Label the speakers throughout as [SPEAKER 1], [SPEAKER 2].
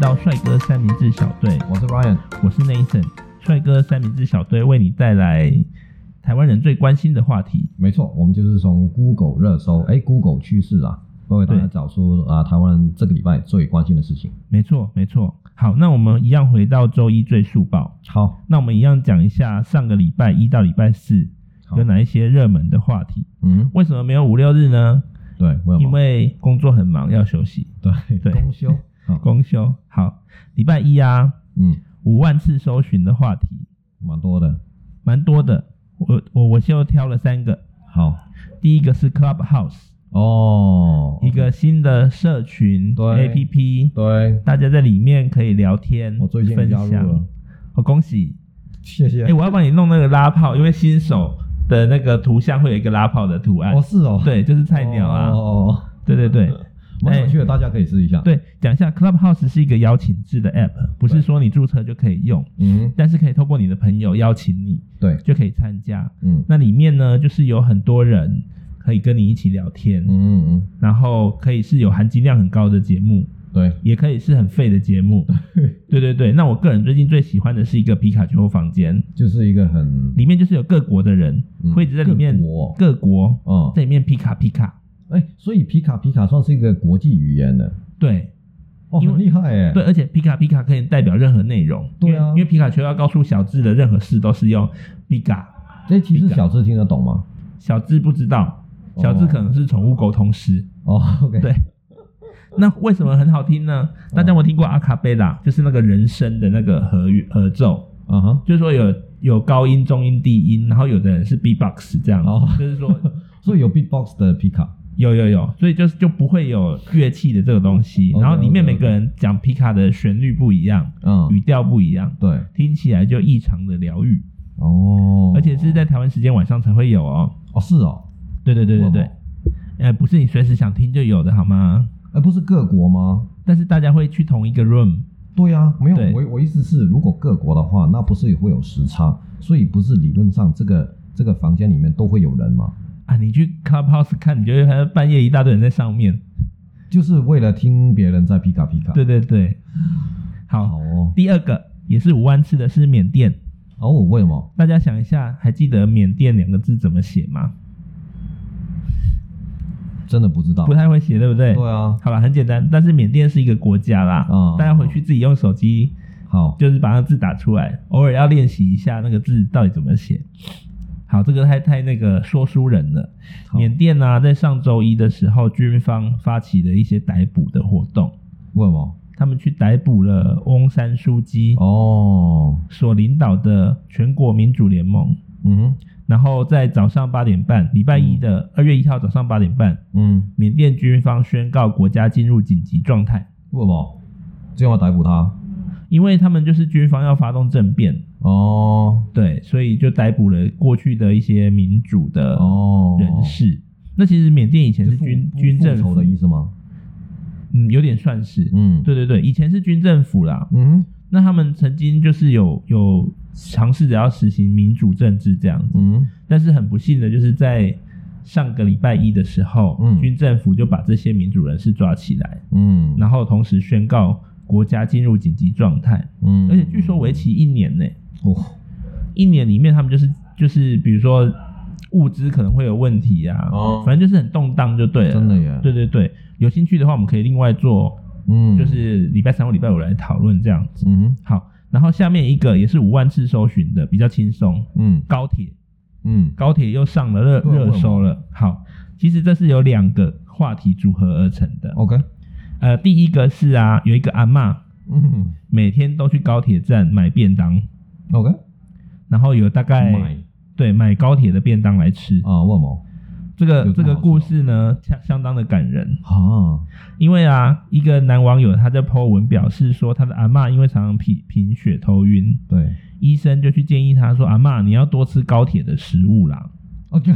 [SPEAKER 1] 到帅哥三明治小队，
[SPEAKER 2] 我是 Ryan，
[SPEAKER 1] 我是 Nathan。帅哥三明治小队为你带来台湾人最关心的话题。
[SPEAKER 2] 没错，我们就是从 Google 热搜，哎，Google 趋势啊，会为大家
[SPEAKER 1] 对
[SPEAKER 2] 找出啊台湾人这个礼拜最关心的事情。
[SPEAKER 1] 没错，没错。好，那我们一样回到周一最速报。
[SPEAKER 2] 好，
[SPEAKER 1] 那我们一样讲一下上个礼拜一到礼拜四
[SPEAKER 2] 好
[SPEAKER 1] 有哪一些热门的话题。
[SPEAKER 2] 嗯，
[SPEAKER 1] 为什么没有五六日呢？
[SPEAKER 2] 对，我有
[SPEAKER 1] 因为工作很忙，要休息，
[SPEAKER 2] 对
[SPEAKER 1] 对
[SPEAKER 2] 公休，好，
[SPEAKER 1] 公休。好，礼拜一啊，
[SPEAKER 2] 嗯，
[SPEAKER 1] 五万次搜寻的话题
[SPEAKER 2] 蛮多的。
[SPEAKER 1] 蛮多的，我我我就挑了三个。
[SPEAKER 2] 好，
[SPEAKER 1] 第一个是 Clubhouse，
[SPEAKER 2] 哦，
[SPEAKER 1] 一个新的社群
[SPEAKER 2] 对
[SPEAKER 1] APP，
[SPEAKER 2] 对，
[SPEAKER 1] 大家在里面可以聊天，
[SPEAKER 2] 我最近
[SPEAKER 1] 分
[SPEAKER 2] 加入
[SPEAKER 1] 享
[SPEAKER 2] 了，
[SPEAKER 1] 好、恭喜！
[SPEAKER 2] 谢谢
[SPEAKER 1] 哎、我要帮你弄那个拉炮，因为新手的那个图像会有一个拉炮的图案，
[SPEAKER 2] 哦，是哦，
[SPEAKER 1] 对，就是菜鸟啊，
[SPEAKER 2] 哦，
[SPEAKER 1] 对对对。
[SPEAKER 2] 蛮有趣的，大家可以试一下。，
[SPEAKER 1] 哎对，讲一下，Clubhouse 是一个邀请制的 app，不是
[SPEAKER 2] 对
[SPEAKER 1] 说你注册就可以用，
[SPEAKER 2] 嗯，
[SPEAKER 1] 但是可以透过你的朋友邀请你，
[SPEAKER 2] 对，
[SPEAKER 1] 就可以参加。
[SPEAKER 2] 嗯，
[SPEAKER 1] 那里面呢，就是有很多人可以跟你一起聊天，
[SPEAKER 2] 嗯嗯嗯，
[SPEAKER 1] 然后可以是有含金量很高的节目，
[SPEAKER 2] 对，
[SPEAKER 1] 也可以是很废的节 目。对对对，那我个人最近最喜欢的是一个皮卡丘房间，
[SPEAKER 2] 就是一个很
[SPEAKER 1] 里面就是有各国的人、
[SPEAKER 2] 嗯
[SPEAKER 1] 会一直在里面
[SPEAKER 2] 各国哦
[SPEAKER 1] 各国
[SPEAKER 2] 哦，
[SPEAKER 1] 在里面皮卡皮卡，
[SPEAKER 2] 哎，所以皮卡皮卡算是一个国际语言的，
[SPEAKER 1] 对
[SPEAKER 2] 哦，
[SPEAKER 1] 因为
[SPEAKER 2] 很厉害哎，
[SPEAKER 1] 对，，而且皮卡皮卡可以代表任何内容，
[SPEAKER 2] 对啊
[SPEAKER 1] 因为因为皮卡丘要告诉小智的任何事都是用皮卡，
[SPEAKER 2] 这其实
[SPEAKER 1] 皮卡
[SPEAKER 2] 小智听得懂吗？
[SPEAKER 1] 小智不知道，
[SPEAKER 2] 哦
[SPEAKER 1] 小智可能是宠物沟通师，
[SPEAKER 2] 哦，OK，
[SPEAKER 1] 对。那为什么很好听呢？大家有没有听过阿卡贝拉，就是那个人声的那个合乐合奏，
[SPEAKER 2] 嗯哼，
[SPEAKER 1] 就是说有有高音、中音、低音，然后有的人是 B-box 这样子，
[SPEAKER 2] 哦
[SPEAKER 1] 就是说
[SPEAKER 2] 所以有 beatbox 的皮卡，
[SPEAKER 1] 有有 有，所以就是就不会有乐器的这个东西。
[SPEAKER 2] OK，
[SPEAKER 1] 然后里面
[SPEAKER 2] OK，OK
[SPEAKER 1] 每个人讲皮卡的旋律不一样，
[SPEAKER 2] 嗯，
[SPEAKER 1] 语调不一样，
[SPEAKER 2] 对，
[SPEAKER 1] 听起来就异常的疗愈，
[SPEAKER 2] 哦，
[SPEAKER 1] 而且是在台湾时间晚上才会有哦。
[SPEAKER 2] 哦是哦，
[SPEAKER 1] 对对对对对
[SPEAKER 2] 哇，
[SPEAKER 1] 呃，不是你随时想听就有的好吗？
[SPEAKER 2] 哎，不是各国吗？
[SPEAKER 1] 但是大家会去同一个 room，
[SPEAKER 2] 对呀、没
[SPEAKER 1] 对
[SPEAKER 2] 有我我意思是，如果各国的话，那不是也会有时差，所以不是理论上这个这个房间里面都会有人吗？
[SPEAKER 1] 啊，你去 clubhouse 看，你就会发现半夜一大堆人在上面。
[SPEAKER 2] 就是为了听别人在皮卡皮卡。
[SPEAKER 1] 对，对对，好
[SPEAKER 2] 好，哦。
[SPEAKER 1] 第二个也是五万次的是缅甸，
[SPEAKER 2] 哦，为什么？
[SPEAKER 1] 大家想一下，还记得缅甸两个字怎么写吗？
[SPEAKER 2] 真的不知道
[SPEAKER 1] 不。太会写，对不对？
[SPEAKER 2] 哦对啊，
[SPEAKER 1] 好了，很简单，但是缅甸是一个国家啦，
[SPEAKER 2] 嗯
[SPEAKER 1] 大家回去自己用手机
[SPEAKER 2] 好，
[SPEAKER 1] 就是把那字打出来，偶尔要练习一下那个字到底怎么写。好，这个太太那个说书人了。
[SPEAKER 2] 好
[SPEAKER 1] 缅甸呢、在上周一的时候，军方发起了一些逮捕的活动，
[SPEAKER 2] 为什么？
[SPEAKER 1] 他们去逮捕了翁山书记
[SPEAKER 2] 哦，
[SPEAKER 1] 所领导的全国民主联盟。
[SPEAKER 2] 嗯
[SPEAKER 1] 然后在早上八点半，礼拜一的二月一号早上八点半，
[SPEAKER 2] 嗯，
[SPEAKER 1] 缅甸军方宣告国家进入紧急状态，
[SPEAKER 2] 为什么？这样要逮捕他？
[SPEAKER 1] 因为他们就是军方要发动政变，
[SPEAKER 2] 哦
[SPEAKER 1] 对，所以就逮捕了过去的一些民主的
[SPEAKER 2] 哦，
[SPEAKER 1] 人士。那其实缅甸以前是
[SPEAKER 2] 复
[SPEAKER 1] 军
[SPEAKER 2] 复
[SPEAKER 1] 军
[SPEAKER 2] 复
[SPEAKER 1] 政
[SPEAKER 2] 仇
[SPEAKER 1] 府
[SPEAKER 2] 的意思吗？
[SPEAKER 1] 嗯，有点算是，
[SPEAKER 2] 嗯，，
[SPEAKER 1] 对对对，以前是军政府啦。
[SPEAKER 2] 嗯
[SPEAKER 1] 那他们曾经就是有有尝试着要实行民主政治这样子，
[SPEAKER 2] 嗯，
[SPEAKER 1] 但是很不幸的，就是在上个礼拜一的时候，
[SPEAKER 2] 嗯
[SPEAKER 1] 军政府就把这些民主人士抓起来，
[SPEAKER 2] 嗯
[SPEAKER 1] 然后同时宣告国家进入紧急状态，
[SPEAKER 2] 嗯，
[SPEAKER 1] 而且据说为期一年呢、
[SPEAKER 2] 哦
[SPEAKER 1] 一年里面他们就是就是比如说物资可能会有问题啊，
[SPEAKER 2] 哦
[SPEAKER 1] 反正就是很动荡就对了，
[SPEAKER 2] 真的耶
[SPEAKER 1] 对对对，有兴趣的话，我们可以另外做，
[SPEAKER 2] 嗯，
[SPEAKER 1] 就是礼拜三或礼拜五来讨论这样子。
[SPEAKER 2] 嗯
[SPEAKER 1] 好，然后下面一个也是五万次搜寻的，比较轻松，
[SPEAKER 2] 嗯
[SPEAKER 1] 高铁。
[SPEAKER 2] 嗯
[SPEAKER 1] 高铁又上了热
[SPEAKER 2] 对
[SPEAKER 1] 热
[SPEAKER 2] 为什
[SPEAKER 1] 搜
[SPEAKER 2] 么
[SPEAKER 1] 了。好，其实这是由两个话题组合而成的。
[SPEAKER 2] ，OK，
[SPEAKER 1] 呃，第一个是啊，有一个阿嬷
[SPEAKER 2] 嗯
[SPEAKER 1] 每天都去高铁站买便当，
[SPEAKER 2] ，OK，
[SPEAKER 1] 然后有大概
[SPEAKER 2] 买
[SPEAKER 1] 对买高铁的便当来吃。
[SPEAKER 2] 啊，为什么？
[SPEAKER 1] 这个
[SPEAKER 2] 有
[SPEAKER 1] 这
[SPEAKER 2] 这么
[SPEAKER 1] 个
[SPEAKER 2] 好
[SPEAKER 1] 故
[SPEAKER 2] 吃
[SPEAKER 1] 事呢，相相当的感人，
[SPEAKER 2] 啊，
[SPEAKER 1] 因为啊，一个男网友他在 po 文表示说，他的阿嬷因为常常贫贫血头晕，
[SPEAKER 2] 对
[SPEAKER 1] 医生就去建议他说，阿嬷你要多吃高铁的食物啦。
[SPEAKER 2] ，OK，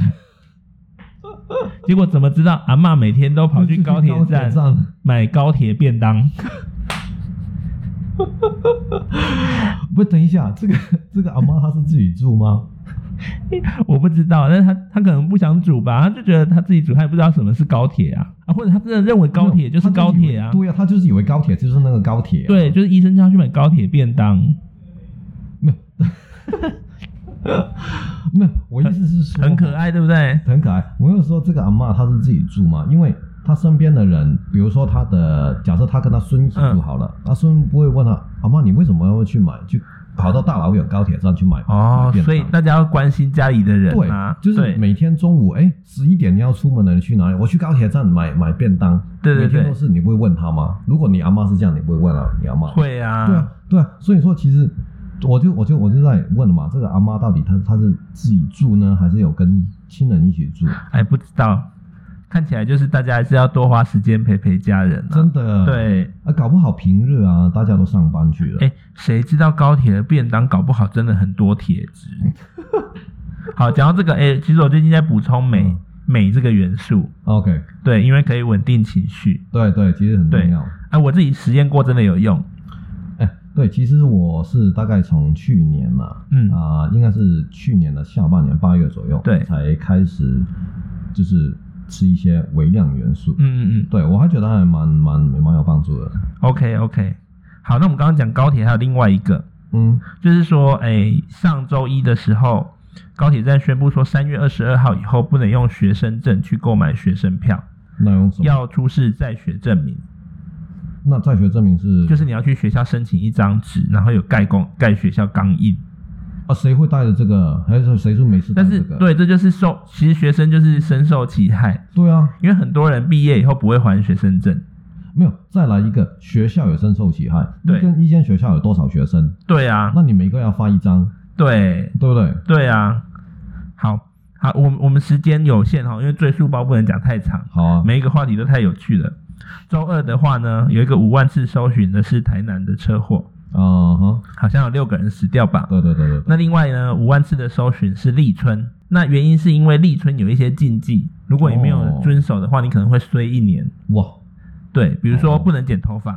[SPEAKER 1] 结果怎么知道阿嬷每天都 跑去高铁站
[SPEAKER 2] 站，
[SPEAKER 1] 买高铁便当？
[SPEAKER 2] 不，等一下，这个这个阿妈她是自己住吗？
[SPEAKER 1] 我不知道，但是他他可能不想煮吧，他就觉得他自己煮，他也不知道什么是高铁啊，啊，或者他真的认为高铁就是高铁啊
[SPEAKER 2] 他就以为，对呀、他就是以为高铁就是那个高铁、啊。
[SPEAKER 1] 对，，就是医生叫他去买高铁便当，
[SPEAKER 2] 没有，没有，我意思是说
[SPEAKER 1] 很可，爱，对不对？
[SPEAKER 2] 很可爱。我又说这个阿嬷她是自己住嘛，因为她身边的人，比如说她的，假设她跟她孙一起住好
[SPEAKER 1] 嗯
[SPEAKER 2] 了，她、孙不会问她阿嬷你为什么要去买，就跑到大老远高铁站去买
[SPEAKER 1] 哦
[SPEAKER 2] 买，便当
[SPEAKER 1] 所以大家要关心家里的人
[SPEAKER 2] 对
[SPEAKER 1] 啊，，
[SPEAKER 2] 就是
[SPEAKER 1] 对
[SPEAKER 2] 每天中午，哎，十一点你要出门了，你去哪里？我去高铁站买买便当。
[SPEAKER 1] 对对
[SPEAKER 2] 每天
[SPEAKER 1] 对
[SPEAKER 2] 都是，你不会问他吗？如果你阿妈是这样，你不会问啊，你阿妈。
[SPEAKER 1] 会啊，
[SPEAKER 2] 对啊，对啊，所以说其实我就我就我就在问了嘛，这个阿妈到底她她是自己住呢，还是有跟亲人一起住？
[SPEAKER 1] 哎，不知道，看起来就是大家还是要多花时间陪陪家人啊
[SPEAKER 2] 真。的，
[SPEAKER 1] 对，
[SPEAKER 2] 啊，搞不好平日啊，大家都上班去了。
[SPEAKER 1] 哎，谁知道高铁的便当搞不好真的很多铁 质。好，讲到这个，哎，其实我最近在补充镁、
[SPEAKER 2] 嗯
[SPEAKER 1] 镁这个元素，
[SPEAKER 2] OK，
[SPEAKER 1] 对，因为可以稳定情绪。
[SPEAKER 2] 对对，其实很重
[SPEAKER 1] 对
[SPEAKER 2] 要。
[SPEAKER 1] 哎、我自己实验过，真的有用。
[SPEAKER 2] 哎，对，其实我是大概从去年了、
[SPEAKER 1] 嗯，
[SPEAKER 2] 啊、应该是去年的下半年八月左右，
[SPEAKER 1] 对
[SPEAKER 2] 才开始就是吃一些微量元素。
[SPEAKER 1] 嗯嗯嗯
[SPEAKER 2] 对我还觉得还蛮蛮蛮有帮助的。
[SPEAKER 1] ，OK OK。好，那我们刚刚讲高铁，还有另外一个，
[SPEAKER 2] 嗯，
[SPEAKER 1] 就是说，哎、上周一的时候，高铁站宣布说，三月二十二号以后不能用学生证去购买学生票，
[SPEAKER 2] 那用什么？
[SPEAKER 1] 要出示在学证明，
[SPEAKER 2] 那在学证明是
[SPEAKER 1] 就是你要去学校申请一张纸，然后有盖公盖学校钢印。
[SPEAKER 2] 啊，谁会带着这个？还是说谁是没事带
[SPEAKER 1] 但是
[SPEAKER 2] 这个？
[SPEAKER 1] 对，这就是受，其实学生就是深受其害，
[SPEAKER 2] 对啊，
[SPEAKER 1] 因为很多人毕业以后不会还学生证。
[SPEAKER 2] 没有再来一个学校有深受其害。
[SPEAKER 1] 对
[SPEAKER 2] 一间一间学校有多少学生？
[SPEAKER 1] 对啊，
[SPEAKER 2] 那你每个要发一张，
[SPEAKER 1] 对
[SPEAKER 2] 对不对？
[SPEAKER 1] 对啊，好好，我们我们时间有限哈，因为赘述包不能讲太长，
[SPEAKER 2] 好啊，
[SPEAKER 1] 每一个话题都太有趣了。周二的话呢，有一个五万次搜寻的是台南的车祸，
[SPEAKER 2] 啊哈，
[SPEAKER 1] 好像有六个人死掉吧。
[SPEAKER 2] 对对对对对，
[SPEAKER 1] 那另外呢，五万次的搜寻是立春，那原因是因为立春有一些禁忌，如果你没有
[SPEAKER 2] 哦
[SPEAKER 1] 遵守的话，你可能会衰一年。
[SPEAKER 2] 哇
[SPEAKER 1] 对，比如说
[SPEAKER 2] 哦
[SPEAKER 1] 不能剪头发，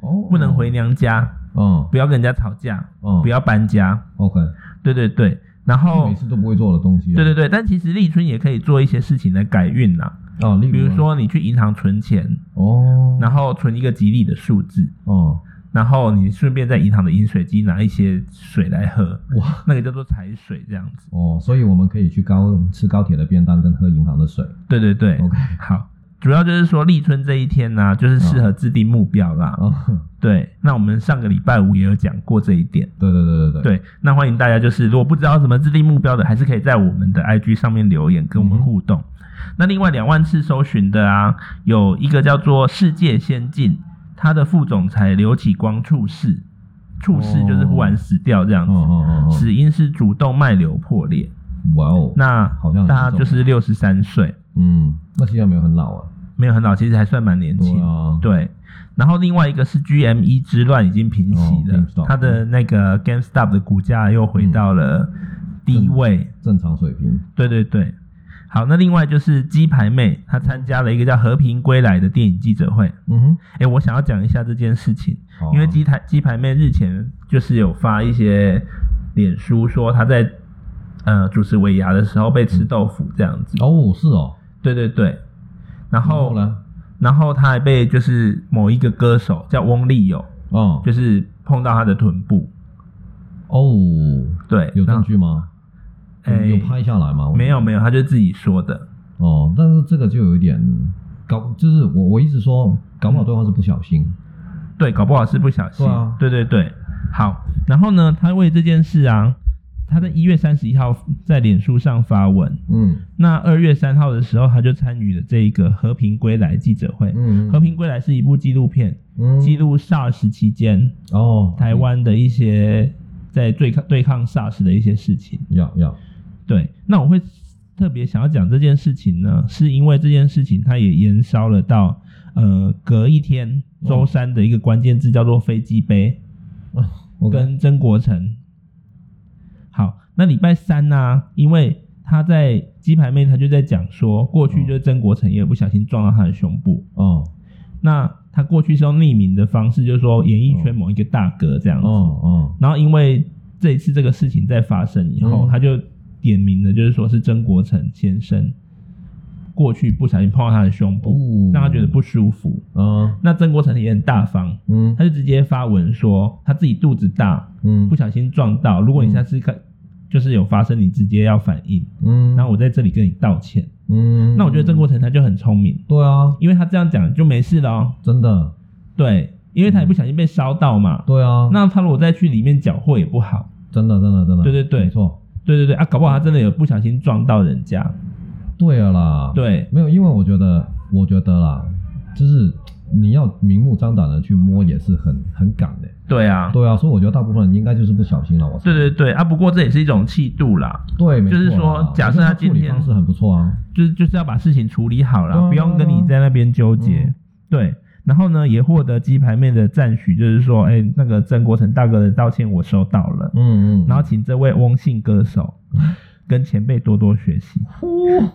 [SPEAKER 2] 哦，
[SPEAKER 1] 不能回，娘家，
[SPEAKER 2] 嗯
[SPEAKER 1] 不要跟人家吵架，
[SPEAKER 2] 嗯，
[SPEAKER 1] 不要搬家。
[SPEAKER 2] OK，
[SPEAKER 1] 对对对，然
[SPEAKER 2] 你
[SPEAKER 1] 后
[SPEAKER 2] 每次都不会做的东西啊，
[SPEAKER 1] 对对对，但其实立春也可以做一些事情来改运呐、
[SPEAKER 2] 啊，例
[SPEAKER 1] 比如
[SPEAKER 2] 呢
[SPEAKER 1] 说你去银行存钱，
[SPEAKER 2] 哦，
[SPEAKER 1] 然后存一个吉利的数字，
[SPEAKER 2] 哦，
[SPEAKER 1] 然后你顺便在银行的饮水机拿一些水来喝，
[SPEAKER 2] 哇，
[SPEAKER 1] 那个叫做财水这样子。
[SPEAKER 2] 哦，所以我们可以去高吃高铁的便当跟喝银行的水。
[SPEAKER 1] 对对对，
[SPEAKER 2] OK，
[SPEAKER 1] 好，主要就是说立春这一天呢、就是适合制定目标啦。
[SPEAKER 2] 啊，
[SPEAKER 1] 对，那我们上个礼拜五也有讲过这一点。
[SPEAKER 2] 对对对对对，
[SPEAKER 1] 对，那欢迎大家就是如果不知道怎么制定目标的，还是可以在我们的 IG 上面留言跟我们
[SPEAKER 2] 嗯
[SPEAKER 1] 互动。那另外两万次搜寻的啊，有一个叫做“世界先进”，它的副总裁刘启光猝逝，猝逝就是忽然死掉这样
[SPEAKER 2] 哦
[SPEAKER 1] 子，
[SPEAKER 2] 哦哦哦，
[SPEAKER 1] 死因是主动脉瘤破裂。
[SPEAKER 2] 哇哦，
[SPEAKER 1] 那
[SPEAKER 2] 好像很
[SPEAKER 1] 他
[SPEAKER 2] 重
[SPEAKER 1] 就是六十三岁，
[SPEAKER 2] 嗯，那现在没有很老啊，
[SPEAKER 1] 没有很老，其实还算蛮年轻
[SPEAKER 2] 对。啊，
[SPEAKER 1] 对，然后另外一个是 GME 之乱已经平息
[SPEAKER 2] 哦
[SPEAKER 1] 了，
[SPEAKER 2] ，GameStop
[SPEAKER 1] 它的那个 GameStop 的股价又回到了低位。
[SPEAKER 2] 正常水平，
[SPEAKER 1] 对对对，好，那另外就是鸡排妹，她参加了一个叫《和平归来》的电影记者会。
[SPEAKER 2] 嗯哼，
[SPEAKER 1] 哎，我想要讲一下这件事情，
[SPEAKER 2] 好啊
[SPEAKER 1] 因为鸡排鸡排妹日前就是有发一些脸书说她在呃主持尾牙的时候被吃豆腐这样子。
[SPEAKER 2] 哦是哦，
[SPEAKER 1] 对对对，然
[SPEAKER 2] 然
[SPEAKER 1] 后
[SPEAKER 2] 后呢？
[SPEAKER 1] 然后他还被就是某一个歌手叫翁立友，
[SPEAKER 2] 哦
[SPEAKER 1] 就是碰到他的臀部，
[SPEAKER 2] 哦，
[SPEAKER 1] 对，
[SPEAKER 2] 有
[SPEAKER 1] 然
[SPEAKER 2] 证
[SPEAKER 1] 后？
[SPEAKER 2] 据吗？有
[SPEAKER 1] 哎
[SPEAKER 2] 有拍下来吗？
[SPEAKER 1] 没有没
[SPEAKER 2] 有。
[SPEAKER 1] 有，他就自己说的，
[SPEAKER 2] 哦，但是这个就有一点搞，就是我我一直说，搞不好对方是不小心。
[SPEAKER 1] 对，搞不好是不小心，
[SPEAKER 2] 对啊
[SPEAKER 1] 对对对，好，然后呢，他为这件事啊，他在一月三十一号在脸书上发文，
[SPEAKER 2] 嗯
[SPEAKER 1] 那二月三号的时候他就参与了这一个和平归来记者会，
[SPEAKER 2] 嗯，
[SPEAKER 1] 和平归来是一部纪录片，
[SPEAKER 2] 嗯
[SPEAKER 1] 记录 SARS 期间
[SPEAKER 2] 哦，
[SPEAKER 1] 台湾的一些在对抗对抗 SARS 的一些事情。
[SPEAKER 2] 要要
[SPEAKER 1] 对，那我会特别想要讲这件事情呢，是因为这件事情它也延烧了到呃隔一天周三的一个关键字叫做飞机杯、
[SPEAKER 2] 啊，我跟
[SPEAKER 1] 跟曾国成。好，那礼拜三呢、因为他在鸡排妹，他就在讲说，过去就是曾国成也不小心撞到他的胸部，
[SPEAKER 2] 哦
[SPEAKER 1] 那他过去是用匿名的方式，就是说演艺圈某一个大哥这样
[SPEAKER 2] 哦
[SPEAKER 1] 子。
[SPEAKER 2] 哦
[SPEAKER 1] 然后因为这一次这个事情在发生以后，
[SPEAKER 2] 嗯
[SPEAKER 1] 他就点名的，就是说是曾国成先生过去不小心碰到他的胸部，
[SPEAKER 2] 哦
[SPEAKER 1] 让他觉得不舒服。
[SPEAKER 2] 啊，
[SPEAKER 1] 那曾国成也很大方，
[SPEAKER 2] 嗯
[SPEAKER 1] 他就直接发文说他自己肚子大，
[SPEAKER 2] 嗯
[SPEAKER 1] 不小心撞到。如果你下次看，就是有发生，你直接要反应。
[SPEAKER 2] 嗯，
[SPEAKER 1] 那我在这里跟你道歉。
[SPEAKER 2] 嗯，
[SPEAKER 1] 那我觉得曾国成他就很聪明，
[SPEAKER 2] 对啊，
[SPEAKER 1] 因为他这样讲就没事了哦。
[SPEAKER 2] 真的
[SPEAKER 1] 对，因为他也不小心被烧到嘛。
[SPEAKER 2] 对啊，
[SPEAKER 1] 那他如果再去里面搅和也不好。
[SPEAKER 2] 真的真的真的，
[SPEAKER 1] 对对对
[SPEAKER 2] 没错，
[SPEAKER 1] 对对对啊，搞不好他真的有不小心撞到人家。
[SPEAKER 2] 对啊啦，，
[SPEAKER 1] 对，
[SPEAKER 2] 没有，因为我觉得我觉得啦，就是你要明目张胆的去摸也是很很敢的，
[SPEAKER 1] 对啊，
[SPEAKER 2] 对啊，所以我觉得大部分人应该就是不小心了，我猜
[SPEAKER 1] 对对对啊。不过这也是一种气度啦，
[SPEAKER 2] 对，没错
[SPEAKER 1] 就是说
[SPEAKER 2] 啦
[SPEAKER 1] 假设
[SPEAKER 2] 我觉得
[SPEAKER 1] 他今
[SPEAKER 2] 处理
[SPEAKER 1] 天
[SPEAKER 2] 方式很不错啊，
[SPEAKER 1] 就是就是要把事情处理好
[SPEAKER 2] 对
[SPEAKER 1] 啦，
[SPEAKER 2] 啊
[SPEAKER 1] 不用跟你在那边纠结
[SPEAKER 2] 嗯。
[SPEAKER 1] 对，然后呢，也获得鸡排妹的赞许，就是说，哎，那个曾国成大哥的道歉我收到了，
[SPEAKER 2] 嗯嗯，嗯
[SPEAKER 1] 然后请这位翁姓歌手跟前辈多多学习。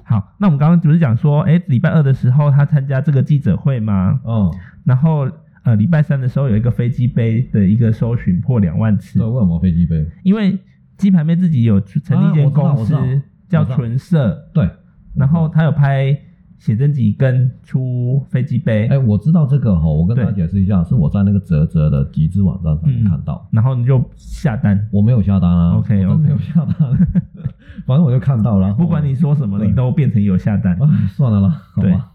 [SPEAKER 1] 好，那我们刚刚不是讲说，哎，礼拜二的时候他参加这个记者会吗？
[SPEAKER 2] 嗯，
[SPEAKER 1] 然后呃，礼拜三的时候有一个飞机杯的一个搜寻破两万次
[SPEAKER 2] 对，，为什么飞机杯？
[SPEAKER 1] 因为鸡排妹自己有成立一间公司、
[SPEAKER 2] 啊我知道我知道
[SPEAKER 1] 叫
[SPEAKER 2] 我知道嗯
[SPEAKER 1] 纯色，
[SPEAKER 2] 对，
[SPEAKER 1] 然后她有拍写真集跟出飞机杯，
[SPEAKER 2] 哎，我知道这个哈，我跟大家
[SPEAKER 1] 对嗯
[SPEAKER 2] 解释一下，是我在那个泽泽的集资网站上面看到，
[SPEAKER 1] 然后你就下单，
[SPEAKER 2] 我没有下单啊
[SPEAKER 1] OK，OK
[SPEAKER 2] 我真没有下单， 反正我就看到了，然后
[SPEAKER 1] 不管你说什么，
[SPEAKER 2] 对
[SPEAKER 1] 你都变成有下单。
[SPEAKER 2] 啊，算了啦，好
[SPEAKER 1] 对
[SPEAKER 2] 吧，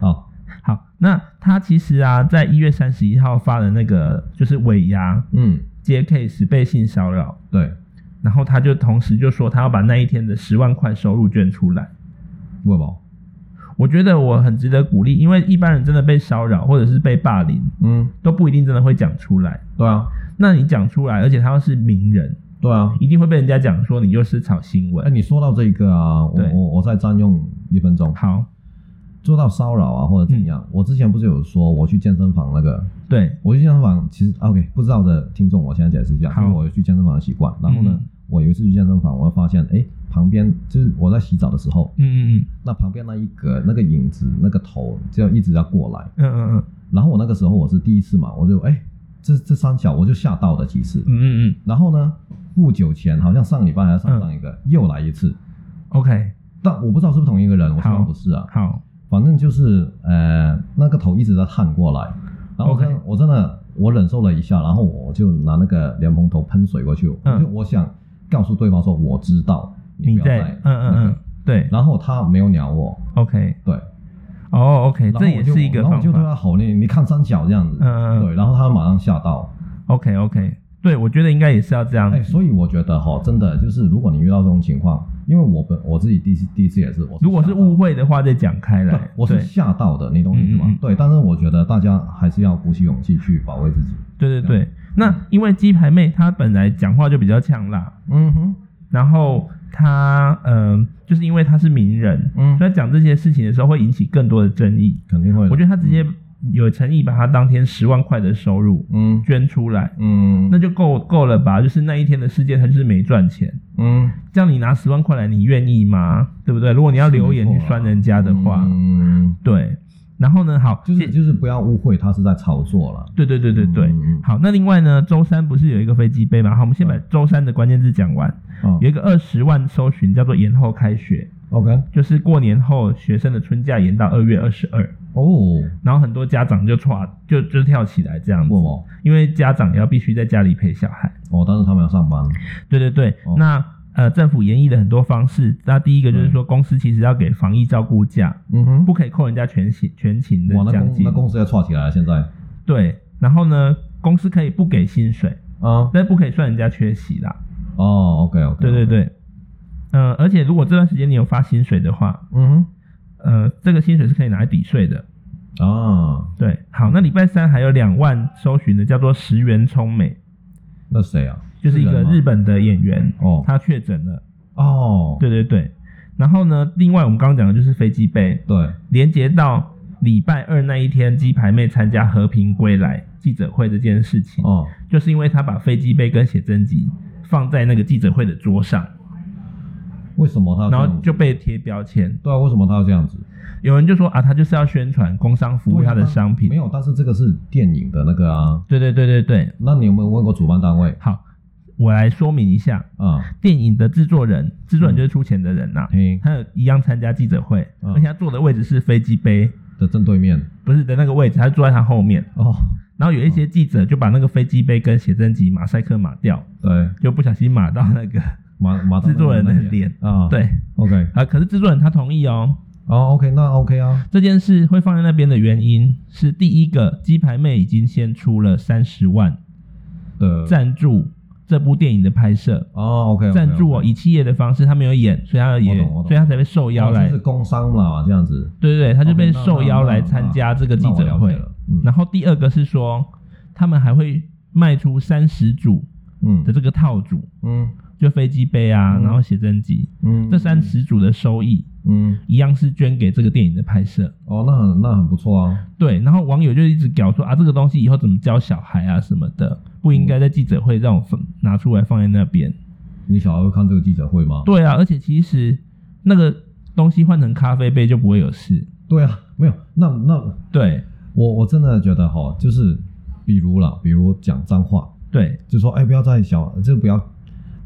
[SPEAKER 2] 好，
[SPEAKER 1] 好，那她其实啊，在一月三十一号发的那个就是尾牙
[SPEAKER 2] 嗯，
[SPEAKER 1] 接 case 被性骚扰，
[SPEAKER 2] 对，
[SPEAKER 1] 然后她就同时就说她要把那一天的十万块收入捐出来。
[SPEAKER 2] 为宝，
[SPEAKER 1] 我觉得我很值得鼓励，因为一般人真的被骚扰或者是被霸凌，
[SPEAKER 2] 嗯，
[SPEAKER 1] 都不一定真的会讲出来。
[SPEAKER 2] 对啊，
[SPEAKER 1] 那你讲出来，而且他又是名人，
[SPEAKER 2] 对啊，
[SPEAKER 1] 一定会被人家讲说你又是炒新闻。
[SPEAKER 2] 哎，你说到这个啊，我
[SPEAKER 1] 对
[SPEAKER 2] 我我再占用一分钟，
[SPEAKER 1] 好，
[SPEAKER 2] 做到骚扰啊或者怎
[SPEAKER 1] 嗯
[SPEAKER 2] 样，我之前不是有说我去健身房那个，
[SPEAKER 1] 对，
[SPEAKER 2] 我去健身房其实 OK，不知道的听众我现在解释一下，
[SPEAKER 1] 好
[SPEAKER 2] 因为我有去健身房的习惯，然后呢，
[SPEAKER 1] 嗯
[SPEAKER 2] 我有一次去健身房，我会发现，哎，旁边就是我在洗澡的时候，
[SPEAKER 1] 嗯嗯
[SPEAKER 2] 那旁边那一个那个影子那个头就一直在过来，
[SPEAKER 1] 嗯嗯
[SPEAKER 2] 然后我那个时候我是第一次嘛，我就哎。这这三小我就吓到了几次，
[SPEAKER 1] 嗯嗯嗯
[SPEAKER 2] 然后呢，不久前好像上礼拜还是上上一
[SPEAKER 1] 嗯
[SPEAKER 2] 个、又来一次，
[SPEAKER 1] ，OK，
[SPEAKER 2] 但我不知道是不是同一个人，我希
[SPEAKER 1] 好
[SPEAKER 2] 望不是啊。
[SPEAKER 1] 好，
[SPEAKER 2] 反正就是呃，那个头一直在探过来，然后我
[SPEAKER 1] OK
[SPEAKER 2] 真我真的我忍受了一下，然后我就拿那个莲蓬头喷水过去，
[SPEAKER 1] 嗯
[SPEAKER 2] 我就我想告诉对方说我知道你
[SPEAKER 1] 你
[SPEAKER 2] 不要
[SPEAKER 1] 在
[SPEAKER 2] 再，
[SPEAKER 1] 嗯嗯
[SPEAKER 2] 那
[SPEAKER 1] 嗯
[SPEAKER 2] 个，
[SPEAKER 1] 对
[SPEAKER 2] 然后他没有鸟我，
[SPEAKER 1] ，OK，
[SPEAKER 2] 对，
[SPEAKER 1] 哦，OK，
[SPEAKER 2] 然后
[SPEAKER 1] 这也
[SPEAKER 2] 我就是
[SPEAKER 1] 一个
[SPEAKER 2] 然后我
[SPEAKER 1] 方
[SPEAKER 2] 就对
[SPEAKER 1] 法
[SPEAKER 2] 他吼你你看三小这样子，
[SPEAKER 1] 嗯嗯嗯
[SPEAKER 2] 对，然后他马上吓到，
[SPEAKER 1] ，OK OK，对我觉得应该也是要这样
[SPEAKER 2] 哎，
[SPEAKER 1] 子。
[SPEAKER 2] 所以我觉得哈，真的就是如果你遇到这种情况，因为我本我自己第一次第一次也是，我
[SPEAKER 1] 如果是
[SPEAKER 2] 吓到
[SPEAKER 1] 误会的话，再讲开
[SPEAKER 2] 对
[SPEAKER 1] 来。
[SPEAKER 2] 我是
[SPEAKER 1] 对
[SPEAKER 2] 吓到的，你懂我意思吗？
[SPEAKER 1] 嗯嗯嗯
[SPEAKER 2] 对，但是我觉得大家还是要鼓起勇气去保卫自己。
[SPEAKER 1] 对对对，那因为鸡排妹她本来讲话就比较呛辣，
[SPEAKER 2] 嗯哼，
[SPEAKER 1] 然后他嗯、就是因为他是名人，
[SPEAKER 2] 嗯
[SPEAKER 1] 所以他讲这些事情的时候会引起更多的争议。
[SPEAKER 2] 肯定会的。
[SPEAKER 1] 我觉得他直接有诚意把他当天十万块的收入
[SPEAKER 2] 嗯
[SPEAKER 1] 捐出来，
[SPEAKER 2] 嗯
[SPEAKER 1] 那就够够了吧？就是那一天的事件，他就是没赚钱。
[SPEAKER 2] 嗯
[SPEAKER 1] 这样你拿十万块来，你愿意吗？对不对？如果你要留言去酸人家的话，
[SPEAKER 2] 嗯，
[SPEAKER 1] 对。然后呢，好，
[SPEAKER 2] 就是
[SPEAKER 1] 接
[SPEAKER 2] 就是不要误会，他是在炒作了。
[SPEAKER 1] 对对对对对，
[SPEAKER 2] 嗯嗯
[SPEAKER 1] 好。那另外呢，周三不是有一个飞机杯嘛？好，我们先把周三的关键字讲完。
[SPEAKER 2] 嗯
[SPEAKER 1] 有一个二十万搜寻叫做延后开学，
[SPEAKER 2] 哦，OK，
[SPEAKER 1] 就是过年后学生的春假延到二月二十二，
[SPEAKER 2] 哦，
[SPEAKER 1] 然后很多家长就歘就就跳起来这样子
[SPEAKER 2] 问，我，
[SPEAKER 1] 因为家长也要必须在家里陪小孩。
[SPEAKER 2] 哦，但是他们要上班。
[SPEAKER 1] 对对对，
[SPEAKER 2] 哦
[SPEAKER 1] 那呃政府研议了很多方式，那第一个就是说公司其实要给防疫照顾假，
[SPEAKER 2] 嗯哼，
[SPEAKER 1] 不可以扣人家全勤全勤的
[SPEAKER 2] 哇，那
[SPEAKER 1] 奖
[SPEAKER 2] 公
[SPEAKER 1] 金
[SPEAKER 2] 那，公司要串起来了，现在
[SPEAKER 1] 对，然后呢公司可以不给薪水，
[SPEAKER 2] 啊，
[SPEAKER 1] 但是不可以算人家缺席啦。
[SPEAKER 2] 哦，OK OK，
[SPEAKER 1] 对对，对，呃，而且如果这段时间你有发薪水的话，
[SPEAKER 2] 嗯
[SPEAKER 1] 呃，这个薪水是可以拿来抵税的。
[SPEAKER 2] 哼，啊，
[SPEAKER 1] 对，好，那礼拜三还有两万搜寻的，叫做石原聪美，
[SPEAKER 2] 那谁啊？
[SPEAKER 1] 就是一个
[SPEAKER 2] 人吗
[SPEAKER 1] 日本的演员，
[SPEAKER 2] 哦
[SPEAKER 1] 他确诊了。
[SPEAKER 2] 哦，
[SPEAKER 1] 对对对，然后呢，另外我们刚刚讲的就是飞机杯，
[SPEAKER 2] 对，
[SPEAKER 1] 连接到礼拜二那一天鸡排妹参加和平归来记者会这件事情，
[SPEAKER 2] 哦，
[SPEAKER 1] 就是因为她把飞机杯跟写真集放在那个记者会的桌上，
[SPEAKER 2] 为什么他要这
[SPEAKER 1] 然
[SPEAKER 2] 样子
[SPEAKER 1] 后就被贴标签，
[SPEAKER 2] 对啊，为什么他要这样子？
[SPEAKER 1] 有人就说啊，她就是要宣传工商服务她的商品
[SPEAKER 2] 没。有，但是这个是电影的那个啊。
[SPEAKER 1] 对对对对对，
[SPEAKER 2] 那你有没有问过主办单位？
[SPEAKER 1] 好，我来说明一下，
[SPEAKER 2] 啊，
[SPEAKER 1] 电影的制作人，制作人就是出钱的人呐、
[SPEAKER 2] 嘿，
[SPEAKER 1] 他有一样参加记者会，
[SPEAKER 2] 嗯
[SPEAKER 1] 而且他坐的位置是飞机杯，
[SPEAKER 2] 的正对面
[SPEAKER 1] 不是的那个位置，他坐在他后面。
[SPEAKER 2] 哦，
[SPEAKER 1] 然后有一些记者就把那个飞机杯跟写真集马赛克码掉，
[SPEAKER 2] 对，
[SPEAKER 1] 就不小心码到那个，
[SPEAKER 2] 马马
[SPEAKER 1] 制作人的脸
[SPEAKER 2] 啊，
[SPEAKER 1] 对
[SPEAKER 2] ，OK，
[SPEAKER 1] 啊，可是制作人他同意哦。
[SPEAKER 2] 哦，OK，那 OK 啊，
[SPEAKER 1] 这件事会放在那边的原因是，第一个，鸡排妹已经先出了三十万
[SPEAKER 2] 的
[SPEAKER 1] 赞助这部电影的拍摄，
[SPEAKER 2] 哦，OK，
[SPEAKER 1] 赞助哦，以企业的方式，他没有演，所以他也
[SPEAKER 2] 我懂我，懂哦
[SPEAKER 1] 所以他才被受邀来，
[SPEAKER 2] 啊就
[SPEAKER 1] 对
[SPEAKER 2] 是工商嘛，这样子，
[SPEAKER 1] 对对，他就被
[SPEAKER 2] OK，那
[SPEAKER 1] 受邀来
[SPEAKER 2] 那那
[SPEAKER 1] 参加这个记
[SPEAKER 2] 啊那
[SPEAKER 1] 者
[SPEAKER 2] 我了
[SPEAKER 1] 会
[SPEAKER 2] 解。了嗯
[SPEAKER 1] 然后第二个是说，他们还会卖出三十组的
[SPEAKER 2] 嗯
[SPEAKER 1] 这个套组，
[SPEAKER 2] 嗯
[SPEAKER 1] 就飞机杯啊，
[SPEAKER 2] 嗯
[SPEAKER 1] 然后写真集，
[SPEAKER 2] 嗯，
[SPEAKER 1] 这三十组的收益
[SPEAKER 2] 嗯，
[SPEAKER 1] 一样是捐给这个电影的拍摄。
[SPEAKER 2] 哦，那很那很不错啊，
[SPEAKER 1] 对，然后网友就一直搞说啊，这个东西以后怎么教小孩啊什么的，不应该在记者会让我放拿出来放在那边。
[SPEAKER 2] 你小孩会看这个记者会吗？
[SPEAKER 1] 对啊，而且其实那个东西换成咖啡杯就不会有事。
[SPEAKER 2] 对啊，没有，那那
[SPEAKER 1] 对
[SPEAKER 2] 我我真的觉得哈，就是比如啦，比如讲脏话，
[SPEAKER 1] 对，
[SPEAKER 2] 就说哎，不要在小，就不要，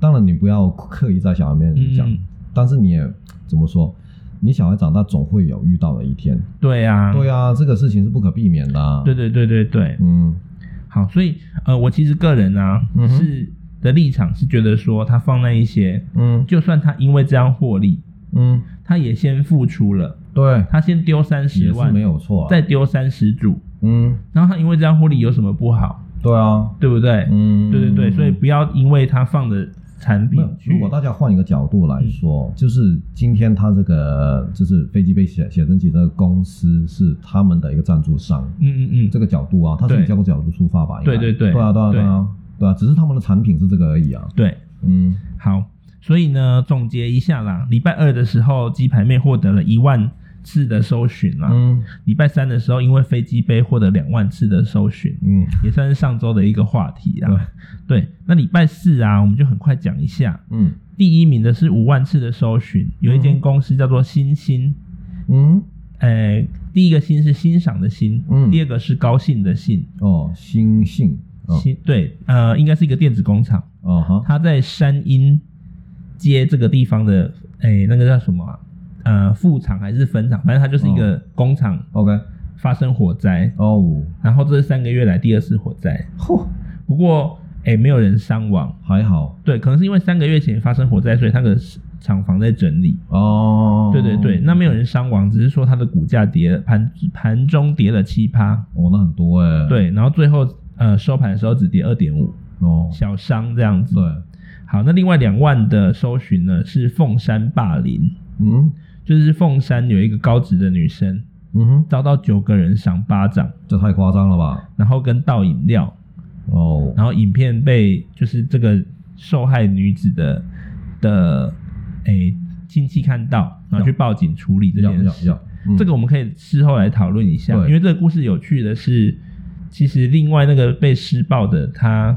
[SPEAKER 2] 当然你不要刻意在小孩面前讲，
[SPEAKER 1] 嗯
[SPEAKER 2] 但是你也怎么说，你小孩长大总会有遇到的一天。
[SPEAKER 1] 对啊，
[SPEAKER 2] 对啊，这个事情是不可避免的、啊。
[SPEAKER 1] 对，对对对对。
[SPEAKER 2] 嗯
[SPEAKER 1] 好，所以呃，我其实个人啊、
[SPEAKER 2] 嗯哼
[SPEAKER 1] 是的立场是觉得说，他放那一些，
[SPEAKER 2] 嗯
[SPEAKER 1] 就算他因为这样获利，
[SPEAKER 2] 嗯，
[SPEAKER 1] 他也先付出了，
[SPEAKER 2] 对，
[SPEAKER 1] 他先丢三十
[SPEAKER 2] 也是
[SPEAKER 1] 万，
[SPEAKER 2] 没有错、啊。
[SPEAKER 1] 再丢三十组，
[SPEAKER 2] 嗯，
[SPEAKER 1] 然后他因为这样获利有什么不好？
[SPEAKER 2] 对啊，
[SPEAKER 1] 对不对？
[SPEAKER 2] 嗯，
[SPEAKER 1] 对对对，所以不要因为他放的产
[SPEAKER 2] 没
[SPEAKER 1] 品
[SPEAKER 2] 有。
[SPEAKER 1] 去嗯
[SPEAKER 2] 如果大家换一个角度来说，就是今天他这个就是飞机杯写写真集这个公司是他们的一个赞助商，
[SPEAKER 1] 嗯嗯嗯，
[SPEAKER 2] 这个角度啊，他是
[SPEAKER 1] 对
[SPEAKER 2] 以这个角度出发吧？应该
[SPEAKER 1] 对对对
[SPEAKER 2] 对啊对啊
[SPEAKER 1] 对
[SPEAKER 2] 对啊对啊，只是他们的产品是这个而已啊。
[SPEAKER 1] 对，
[SPEAKER 2] 嗯
[SPEAKER 1] 好，所以呢，总结一下啦，礼拜二的时候，鸡排妹获得了一万次的搜寻啦，
[SPEAKER 2] 嗯
[SPEAKER 1] 礼拜三的时候，因为飞机杯获得两万次的搜寻。
[SPEAKER 2] 嗯
[SPEAKER 1] 也算是上周的一个话题啦。对，那礼拜四啊，我们就很快讲一下。
[SPEAKER 2] 嗯
[SPEAKER 1] 第一名的是五万次的搜寻，有一
[SPEAKER 2] 嗯
[SPEAKER 1] 间
[SPEAKER 2] 哼
[SPEAKER 1] 公司叫做星星，
[SPEAKER 2] 嗯
[SPEAKER 1] 呃，第一个星是欣赏的欣，
[SPEAKER 2] 嗯
[SPEAKER 1] 第二个是高兴的兴，
[SPEAKER 2] 哦，星星哦
[SPEAKER 1] 新对，呃，应该是一个电子工厂，
[SPEAKER 2] 哦哈
[SPEAKER 1] 它在山阴街这个地方的，哎、那个叫什么啊、呃，副厂还是分厂，反正它就是一个工厂
[SPEAKER 2] 哦，OK
[SPEAKER 1] 发生火灾，
[SPEAKER 2] 哦，
[SPEAKER 1] 然后这是三个月来第二次火灾，
[SPEAKER 2] 嚯，
[SPEAKER 1] 不过哎、没有人伤亡，
[SPEAKER 2] 还好
[SPEAKER 1] 对，可能是因为三个月前发生火灾，所以那个厂房在整理。
[SPEAKER 2] 哦，
[SPEAKER 1] 对对对，那没有人伤亡，只是说它的股价跌了，盘盘中跌了七趴，
[SPEAKER 2] 哦，那很多哎，
[SPEAKER 1] 对，然后最后呃收盘的时候只跌二点五，
[SPEAKER 2] 哦，
[SPEAKER 1] 小伤这样子。
[SPEAKER 2] 对，
[SPEAKER 1] 好，那另外两万的搜寻呢是凤山霸凌，
[SPEAKER 2] 嗯
[SPEAKER 1] 就是凤山有一个高职的女生
[SPEAKER 2] 嗯哼，
[SPEAKER 1] 遭到九个人赏巴掌，
[SPEAKER 2] 这太夸张了吧？
[SPEAKER 1] 然后跟倒饮料，
[SPEAKER 2] 哦，
[SPEAKER 1] 然后影片被就是这个受害女子的的诶亲戚看到，然后去报警处理这
[SPEAKER 2] 要
[SPEAKER 1] 件
[SPEAKER 2] 要
[SPEAKER 1] 事。
[SPEAKER 2] 要，嗯
[SPEAKER 1] 这个我们可以事后来讨论一下，
[SPEAKER 2] 对
[SPEAKER 1] 因为这个故事有趣的是，其实另外那个被施暴的他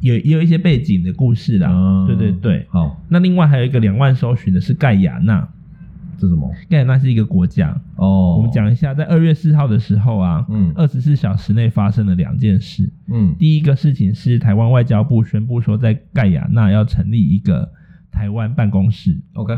[SPEAKER 1] 有也有一些背景的故事啦。
[SPEAKER 2] 嗯
[SPEAKER 1] 对对对，
[SPEAKER 2] 好，
[SPEAKER 1] 那另外还有一个两万搜寻的是盖亚纳，
[SPEAKER 2] 这什么？
[SPEAKER 1] 盖亚纳是一个国家。
[SPEAKER 2] 哦，
[SPEAKER 1] 我们，讲一下，在二月四号的时候啊，
[SPEAKER 2] 嗯
[SPEAKER 1] 二十四小时内发生了两件事。
[SPEAKER 2] 嗯
[SPEAKER 1] 第一个事情是台湾外交部宣布说，在盖亚纳要成立一个台湾办公室，
[SPEAKER 2] ，OK，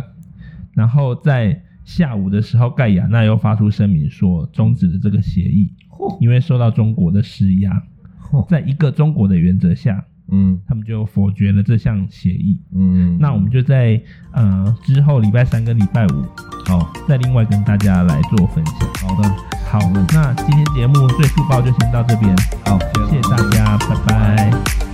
[SPEAKER 1] 然后在下午的时候，盖亚纳又发出声明说终止了这个协议，
[SPEAKER 2] 嚯
[SPEAKER 1] 因为受到中国的施压，
[SPEAKER 2] 嚯
[SPEAKER 1] 在一个中国的原则下，
[SPEAKER 2] 嗯
[SPEAKER 1] 他们就否决了这项协议。
[SPEAKER 2] 嗯，
[SPEAKER 1] 那我们就在呃之后礼拜三跟礼拜五
[SPEAKER 2] 好
[SPEAKER 1] 再另外跟大家来做分享。
[SPEAKER 2] 好的，
[SPEAKER 1] 好，那今天节目最速报就先到这边，
[SPEAKER 2] 好，谢
[SPEAKER 1] 谢谢大家，拜拜